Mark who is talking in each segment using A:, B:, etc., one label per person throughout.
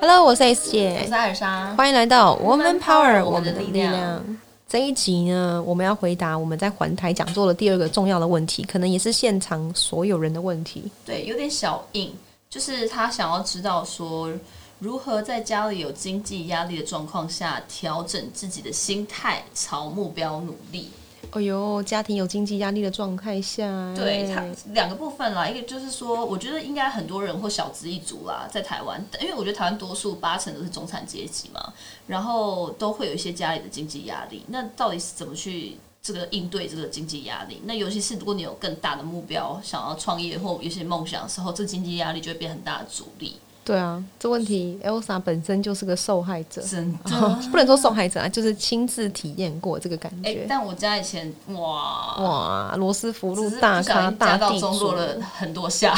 A: Hello，我是 S
B: 我
A: 姐
B: 是，艾尔莎。
A: 欢迎来到 Woman
B: Woman
A: Power，
B: Power，
A: 我们的力
B: 我
A: 量
B: 们。
A: 这一集呢，我们要回答我们在环台讲座的第二个重要的问题，可能也是现场所有人的问题。
B: 对，有点小硬，就是他想要知道说，如何在家里有经济压力的状况下，调整自己的心态，朝目标努力。
A: 哎呦，家庭有经济压力的状态下，哎
B: 对他
A: 嗯
B: 两个部分啦，一个就是说，我觉得应该很多人或小资一族啦，在台湾，因为我觉得台湾多数八成都是中产阶级嘛，然后都会有一些家里的经济压力。那到底是怎么去这个应对这个经济压力？那尤其是如果你有更大的目标，想要创业或有些梦想的时候，这经济压力就会变很大的阻力。
A: 对啊，这问题 Elsa 本身就是个受害者，
B: 真的，
A: 不能说受害者啊，就是亲自体验过这个感
B: 哎、
A: 觉。
B: 但我家以前哇，
A: 哇，罗斯福
B: 哎只
A: 路
B: 是不
A: 大
B: 小
A: 咖
B: 心嫁
A: 大
B: 到
A: 地
B: 中
A: 主
B: 落，了很多下。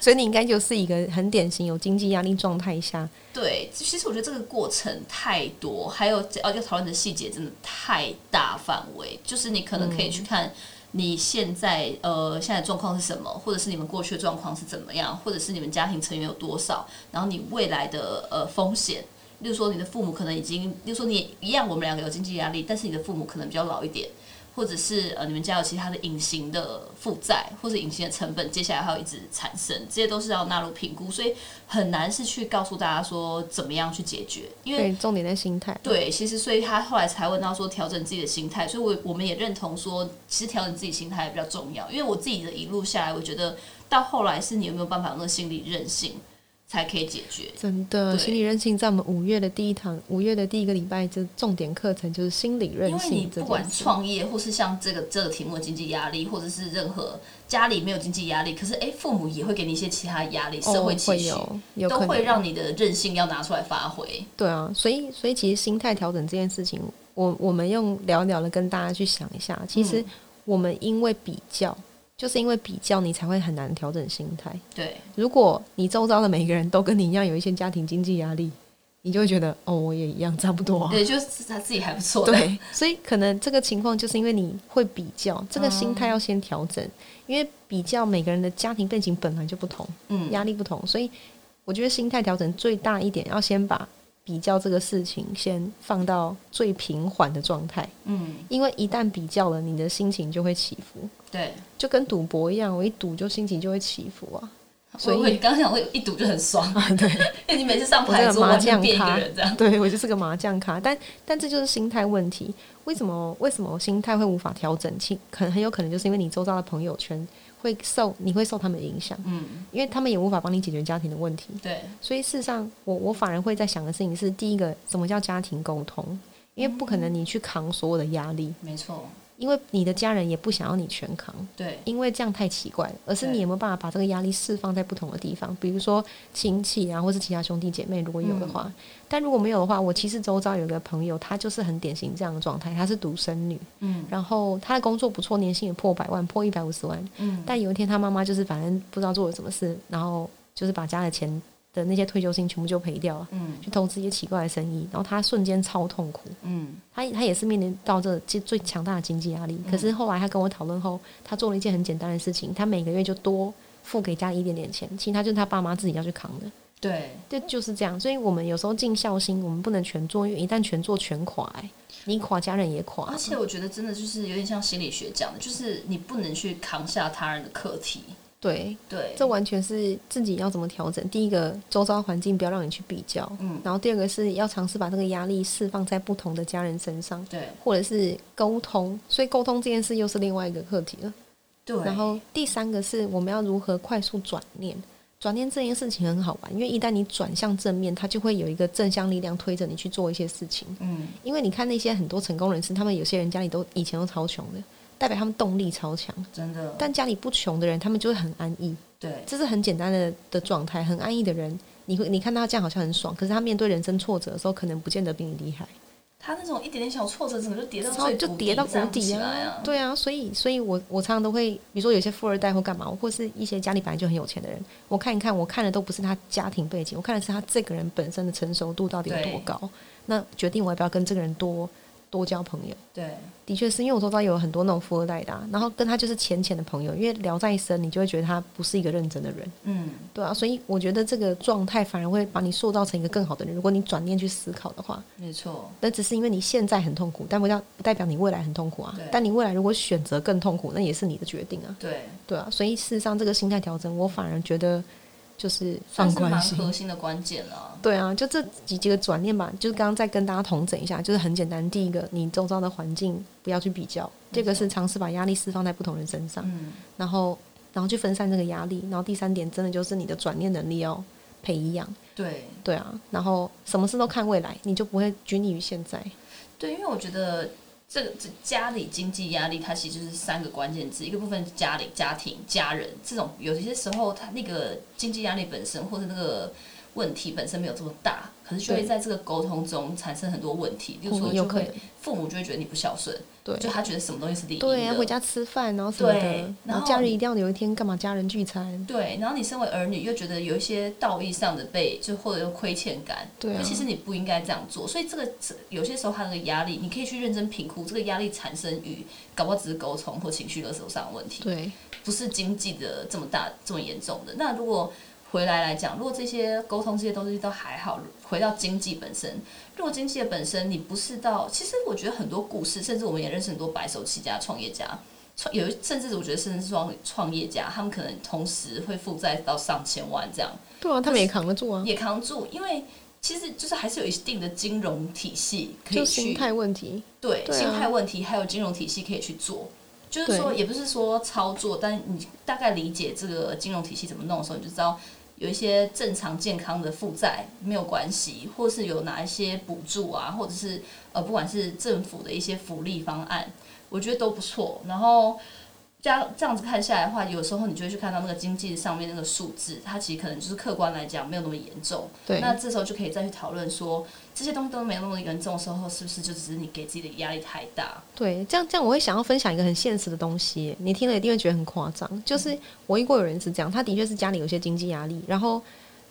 A: 所以你应该就是一个很典型有经济压力状态下
B: 对，其实我觉得这个过程太多，还有哦要要讨论的细节真的太大范围，就是你可能可以去看你现在、呃现在的状况是什么，或者是你们过去的状况是怎么样，或者是你们家庭成员有多少，然后你未来的呃风险。例如说，你的父母可能已经，例如说你一样，我们两个有经济压力，但是你的父母可能比较老一点，或者是呃你们家有其他的隐形的负债或者隐形的成本，接下来还有一直产生，这些都是要纳入评估，所以很难是去告诉大家说怎么样去解决，因为
A: 对，重点在心态。
B: 对，其实所以他后来才问到说调整自己的心态，所以我我们也认同说，其实调整自己心态比较重要，因为我自己的一路下来，我觉得到后来是你有没有办法有那个心理韧性才可以解决。
A: 真的，
B: 对
A: 心理韧性在我们五月的第一堂，五月的第一个礼拜，就是重点课程就是心理
B: 因
A: 韧
B: 为你
A: 性这
B: 不
A: 件
B: 管
A: 事。
B: 创业，或是像这个这个题目的经济压力，或者是任何家里没有经济压力，可是哎，父母也会给你一些其他压力，社会
A: 哦
B: 期
A: 会
B: 许，
A: 有，有
B: 都
A: 可
B: 会
A: 能
B: 让你的韧性要拿出来发挥。
A: 对啊，所以所以其实心态调整这件事情，我我们用聊聊的跟大家去想一下，其实
B: 嗯
A: 我们因为比较，就是因为比较，你才会很难调整心态。
B: 对，
A: 如果你周遭的每一个人都跟你一样有一些家庭经济压力，你就会觉得哦，我也一样，差不多、啊。
B: 对，就是他自己还不错。，
A: 对， 所以可能这个情况就是因为你会比较，这个心态要先调
B: 嗯
A: 整，因为比较每个人的家庭背景本来就不同，
B: 嗯，
A: 压力不同，所以我觉得心态调整最大一点要先把比较这个事情先放到最平缓的状态，
B: 嗯，
A: 因为一旦比较了，你的心情就会起伏，
B: 对。
A: 就跟赌博一样，我一赌就心情就会起伏啊，所
B: 所
A: 以
B: 以你刚刚讲说一赌就很爽，
A: 啊 对。
B: 因为你每次上
A: 我真
B: 牌
A: 的
B: 桌完
A: 麻
B: 全
A: 将
B: 变一个
A: 咖
B: 人这样。
A: 对我就是个麻将咖，但但这就是心态问题。为什么为什么心态会无法调整？其可能很有可能就是因为你周遭的朋友圈会受你会受他们的影响，
B: 嗯，
A: 因为他们也无法帮你解决家庭的问题。
B: 对，
A: 所以事实上，我我反而会在想的事情是：第一个，什么叫家庭沟通？因为不可能你去扛所有的压力，
B: 没错，
A: 因为你的家人也不想要你全扛。
B: 对，
A: 因为这样太奇怪了，而是
B: 对
A: 你有没有办法把这个压力释放在不同的地方，比如说亲戚啊，或是其他兄弟姐妹，如果有的话。
B: 嗯
A: 但如果没有的话，我其实周遭有一个朋友，她就是很典型这样的状态，她是独生女，
B: 嗯
A: 然后她的工作不错，年薪也破百万，破一百五十万。
B: 嗯，
A: 但有一天她妈妈就是反正不知道做了什么事，然后就是把家的钱的那些退休金全部就赔掉了，
B: 嗯
A: 去投资一些奇怪的生意，然后她瞬间超痛苦。
B: 嗯
A: 他他也是面临到这最最强大的经济压力。可是后来他跟我讨论后，他做了一件很简单的事情，他每个月就多付给家里一点点钱，其他就是他爸妈自己要去扛的。
B: 对，
A: 这就是这样，所以我们有时候尽孝心，我们不能全做，因为一旦全做全垮、欸，你垮家人也垮。
B: 而且我觉得真的就是有点像心理学讲的，就是你不能去扛下他人的课题，
A: 对，
B: 对，
A: 这完全是自己要怎么调整。第一个，周遭环境不要让你去比较，
B: 嗯
A: 然后第二个是要尝试把这个压力释放在不同的家人身上，
B: 对
A: 或者是沟通。所以沟通这件事又是另外一个课题了。
B: 对，
A: 然后第三个是我们要如何快速转念。转念这件事情很好玩，因为一旦你转向正面，它就会有一个正向力量推着你去做一些事情。
B: 嗯，
A: 因为你看那些很多成功人士，他们有些人家里都以前都超穷的，代表他们动力超强。
B: 真的，
A: 但家里不穷的人，他们就会很安逸，
B: 对
A: 这是很简单的的状态。很安逸的人，你会你看他这样好像很爽，可是他面对人生挫折的时候，可能不见得比你厉害。
B: 他那种一点点小挫折，整个就跌到
A: 然后
B: 最
A: 就
B: 谷
A: 跌到谷
B: 站不
A: 底
B: 起
A: 啊
B: 来啊，，
A: 对啊，所以所以我我常常都会，比如说有些富二代或干嘛，或是一些家里本来就很有钱的人，我看一看，我看的都不是他家庭背景，我看的是他这个人本身的成熟度到底有多
B: 对
A: 高，那决定我要不要跟这个人多多交朋友。
B: 对，
A: 的确是因为我周遭有很多那种富二代的、啊，然后跟他就是浅浅的朋友，因为聊再深，你就会觉得他不是一个认真的人，
B: 嗯，
A: 对啊，所以我觉得这个状态反而会把你塑造成一个更好的人。如果你转念去思考的话，
B: 没错，
A: 那只是因为你现在很痛苦，但不叫不代表你未来很痛苦啊
B: 对。
A: 但你未来如果选择更痛苦，那也是你的决定啊，
B: 对，
A: 对啊。所以事实上，这个心态调整，我反而觉得就是
B: 算
A: 放
B: 是蛮
A: 宽心，
B: 核心的关键了。
A: 对啊，就这几几个转念吧，就是刚刚再跟大家统整一下，就是很简单。第一个，你周遭的环境不要去比较；第二个是尝试把压力释放在不同人身上，
B: 嗯，
A: 然后然后去分散这个压力。然后第三点，真的就是你的转念能力要培养。
B: 对，
A: 对啊，然后什么事都看未来，你就不会拘泥于现在。
B: 对，因为我觉得这个这家里经济压力，它其实就是三个关键字，一个部分是家里、家庭、家人这种，有些时候它那个经济压力本身或者那个问题本身没有这么大，可是就会
A: 对嗯
B: 在这个沟通中产生很多问题，比如说
A: 有
B: 就
A: 可能
B: 会父母就会觉得你不孝顺，
A: 对
B: 就他觉得什么东西是理应
A: 对，啊
B: 的
A: 回家吃饭，然后什么
B: 对
A: 的，
B: 然
A: 然
B: 后
A: 后家人一定要有一天干嘛家人聚餐。
B: 对，然后你身为儿女又觉得有一些道义上的被，就或者有亏欠感，
A: 对啊
B: 就其实你不应该这样做，所以这个这有些时候他的压力，你可以去认真评估这个压力产生于搞不好只是沟通或情绪勒索上的问题，
A: 对，
B: 不是经济的这么大这么严重的。那如果回来来讲，如果这些沟通这些东西都还好，回到经济本身，如果经济的本身你不是到，其实我觉得很多故事，甚至我们也认识很多白手起家创业家，创有一甚至我觉得甚至是创创业家，他们可能同时会负债到上千万这样，
A: 对啊，他们也扛得住啊，
B: 也扛住，因为其实就是还是有一定的金融体系可
A: 就
B: 以
A: 心
B: 去
A: 态问题。
B: 对
A: 对啊
B: 心态问题，还有金融体系可以去做。就是说，
A: 对
B: 也不是说操作，但你大概理解这个金融体系怎么弄的时候，你就知道有一些正常健康的负债没有关系，或是有哪一些补助啊，或者是呃，不管是政府的一些福利方案，我觉得都不错。然后这样这样子看下来的话，有时候你就会去看到那个经济上面那个数字，它其实可能就是客观来讲没有那么严重。
A: 对，
B: 那这时候就可以再去讨论说，这些东西都没有那么严重的时候，是不是就只是你给自己的压力太大？
A: 对，这样这样我会想要分享一个很现实的东西耶，你听了一定会觉得很夸张。
B: 嗯
A: 就是我遇过有人是这样，他的确是家里有些经济压力，然后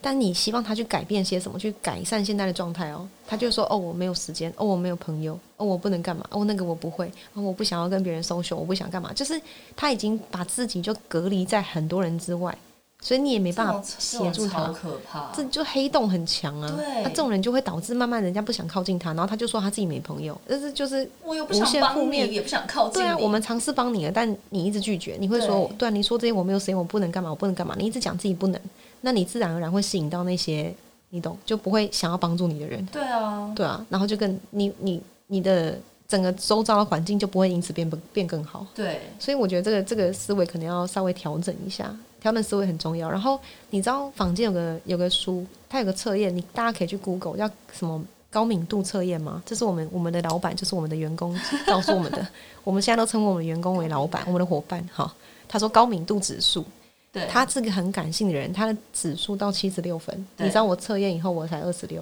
A: 但你希望他去改变些什么，去改善现在的状态哦，他就说哦我没有时间，哦我没有朋友，哦我不能干嘛，哦那个我不会，哦我不想要跟别人 social，我不想干嘛，就是他已经把自己就隔离在很多人之外，所以你也没办
B: 这
A: 法
B: 种这
A: 协
B: 种
A: 助
B: 超
A: 他。
B: 可怕。
A: 这就黑洞很强啊，
B: 对
A: 那、这种人就会导致慢慢人家不想靠近他，然后他就说他自己没朋友，但是就是
B: 我又不
A: 无
B: 想
A: 限负
B: 帮你，
A: 面
B: 也不想靠近
A: 对
B: 你。
A: 啊，我们尝试帮你了，但你一直拒绝，你会说我
B: 对
A: 对啊，你说这些我没有时间，我不能干嘛，我不能干嘛，你一直讲自己不能，那你自然而然会吸引到那些你懂就不会想要帮助你的人，
B: 对啊，
A: 对啊，然后就更你你你的整个周遭的环境就不会因此变不变更好，
B: 对
A: 所以我觉得这个这个思维可能要稍微调整一下，调整思维很重要。然后你知道坊间有个有个书，它有个测验，你大家可以去 Google 叫什么高敏度测验吗？这是我们我们的老板，就是我们的员工告诉我们的。 我们现在都称呼我们的员工为老板，我们的伙伴哈。他说高敏度指数，
B: 对，
A: 他是个很感性的人，他的指数到七十六分。
B: 对
A: 你知道我测验以后我才二十六，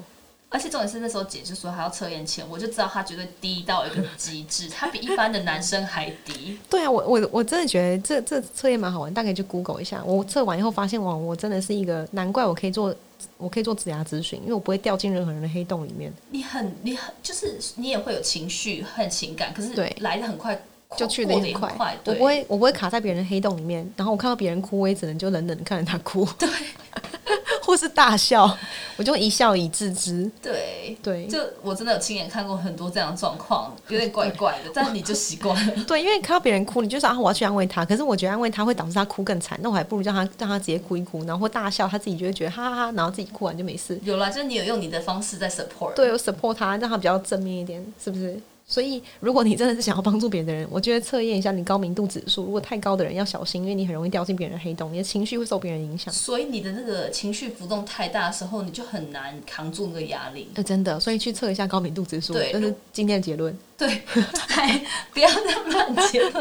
B: 而且重点是那时候姐就说还要测验前，我就知道她绝对低到一个极致，她比一般的男生还低。
A: 对啊，我我我真的觉得这这测验蛮好玩，大概去 Google 一下。我测完以后发现，哇，我真的是一个难怪我可以做，我可以做指牙咨询，因为我不会掉进任何人的黑洞里面，
B: 你很你很就是你也会有情绪，很情感，可是
A: 对
B: 来的很快，
A: 就去
B: 的
A: 的
B: 很
A: 很快。我
B: 对，
A: 不会我不会卡在别人的黑洞里面，然后我看到别人哭，我也只能就冷冷的看着他哭，对，或是大笑，我就一笑以置之。
B: 对。
A: 对，
B: 就我真的有亲眼看过很多这样的状况，有点怪怪的，但你就习惯了。
A: 对，因为看到别人哭，你就说啊，我要去安慰他。可是我觉得安慰他会导致他哭更惨，那我还不如让他让他直接哭一哭，然后或大笑，他自己就会觉得哈哈哈，然后自己哭完就没事。
B: 有啦，就是你有用你的方式在 support。
A: 对，有 support 他，让他比较正面一点，是不是？所以，如果你真的是想要帮助别人的人，我觉得测验一下你高明度指数，如果太高的人要小心，因为你很容易掉进别人的黑洞，你的情绪会受别人影响。
B: 所以你的那个情绪浮动太大的时候，你就很难扛住那个压力。
A: 呃，真的，所以去测一下高明度指数，
B: 对
A: 这是今天的结论。
B: 对，哎，不要再乱结论。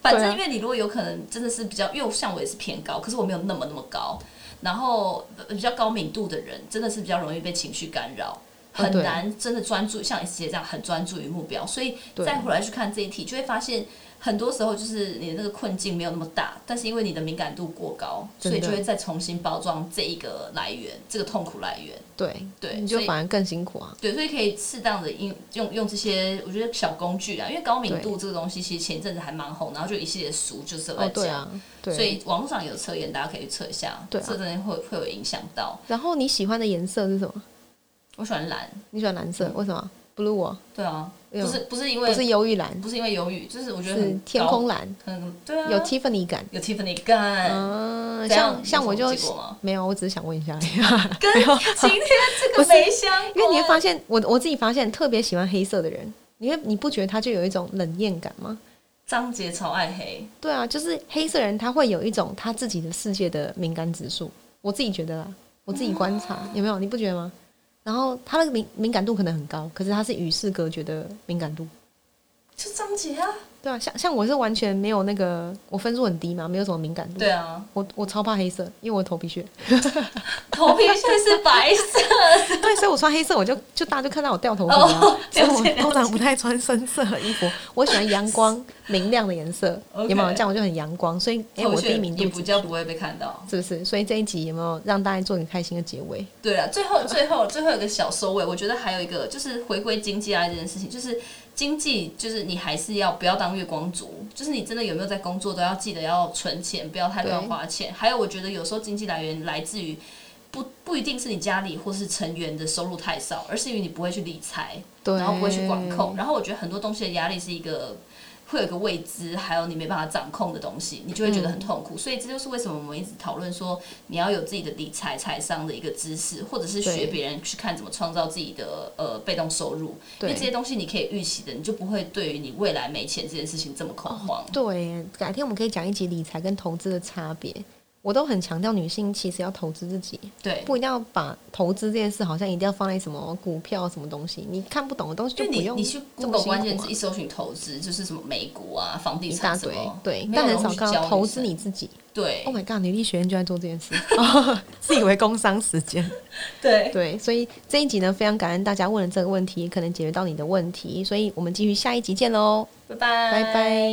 B: 反
A: 对
B: 正
A: 啊
B: 因为你如果有可能真的是比较，因为像我也是偏高，可是我没有那么那么高。然后呃比较高敏度的人，真的是比较容易被情绪干扰，
A: 呃
B: 很
A: 对
B: 难真的专注，像 S 姐这样很专注于目标。所以
A: 对
B: 再回来去看这一题，就会发现很多时候就是你的那个困境没有那么大，但是因为你的敏感度过高，所
A: 真的
B: 以就会再重新包装这一个来源，这个痛苦来源。
A: 对，
B: 对，
A: 你
B: 所
A: 就
B: 以
A: 反而更辛苦啊。
B: 对，所以可以适当的应用用这些，我觉得小工具啊，因为高敏度这个东西其实前一阵子还蛮红，然后就有一系列书就是有在
A: 哦，对
B: 讲，
A: 啊，对。
B: 所以网络上有测验，大家可以去测一下，
A: 对啊
B: 这真的会会有影响到。
A: 然后你喜欢的颜色是什么？
B: 我喜欢蓝，
A: 你喜欢蓝色，为什么？blue 哦，
B: 对啊，
A: 哎呦
B: 不是不嗯是因
A: 不
B: 为
A: 是忧郁蓝，
B: 不是因为忧郁，就是我觉得
A: 是
B: 很
A: 天
B: 高
A: 空，蓝，
B: 很对啊，
A: 有 Tiffany 感。
B: 有 Tiffany 干，
A: 嗯，
B: 怎样
A: 像像我
B: 有什
A: 就
B: 么结果吗
A: 没有，我只是想问一下而已，
B: 跟今天 这个没相关，
A: 因为你会发现，我我自己发现特别喜欢黑色的人，你会你不觉得他就有一种冷艳感吗？
B: 张杰超爱黑，
A: 对啊，就是黑色人他会有一种他自己的世界的敏感指数，我自己觉得啦，我自己观察、有没有？你不觉得吗？然后他的敏敏感度可能很高，可是他是与世隔绝的敏感度。
B: 就张杰啊，
A: 对啊，像像我是完全没有那个，我分数很低嘛，没有什么敏感度。
B: 对啊，
A: 我我超怕黑色，因为我头皮屑。
B: 头皮屑是白色的，
A: 对，所以我穿黑色，我就就大家就看到我掉头发、啊
B: 哦
A: 所以我
B: 了解了解
A: 通常不太穿深色的衣服，我喜欢阳光明亮的颜色
B: OK
A: 有没有？这样我就很阳光，所以哎、
B: 头
A: 我
B: 屑
A: 低敏
B: 也
A: 度
B: 比较不会被看到。
A: 是不是？所以这一集有没有让大家做一个开心的结尾？
B: 对了，最后最后最后一个小收尾，我觉得还有一个就是回归经济啊这件事情，就是经济就是你还是要不要当月光族，就是你真的有没有在工作都要记得要存钱，不要太乱
A: 对
B: 花钱。还有我觉得有时候经济来源来自于不不一定是你家里或是成员的收入太少，而是因为你不会去理财，
A: 对，
B: 然后哦不会去管控。。然后我觉得很多东西的压力是一个会有一个未知，还有你没办法掌控的东西，你就会觉得很痛
A: 嗯
B: 苦。所以这就是为什么我们一直讨论说，你要有自己的理财财商的一个知识，或者是学
A: 对
B: 别人去看怎么创造自己的呃被动收入，因为这些东西你可以预习的，你就不会对于你未来没钱这件事情这么恐慌。
A: 哦对，改天我们可以讲一集理财跟投资的差别。我都很强调女性其实要投资自己，
B: 对。
A: 不一定要把投资这件事好像一定要放在什么股票什么东西，你看不懂的东西就
B: 因为
A: 不
B: 你
A: 用
B: 你去
A: 这
B: Google
A: 么
B: 关
A: 辛
B: 键
A: 苦
B: 字
A: 啊
B: 一搜寻投资，就是什么美股啊、房地
A: 一
B: 产
A: 大
B: 什
A: 堆
B: 么，，
A: 对，
B: 没有
A: 但很
B: 人
A: 少
B: 去
A: 看
B: 教
A: 到投资
B: 生
A: 你自己。
B: 对
A: Oh my god！女力学院居然做这件 事，自以为工伤时间。
B: 对
A: 对，所以这一集呢，非常感恩大家问了这个问题，可能解决到你的问题，所以我们继续下一集见喽，
B: 拜拜
A: 拜拜。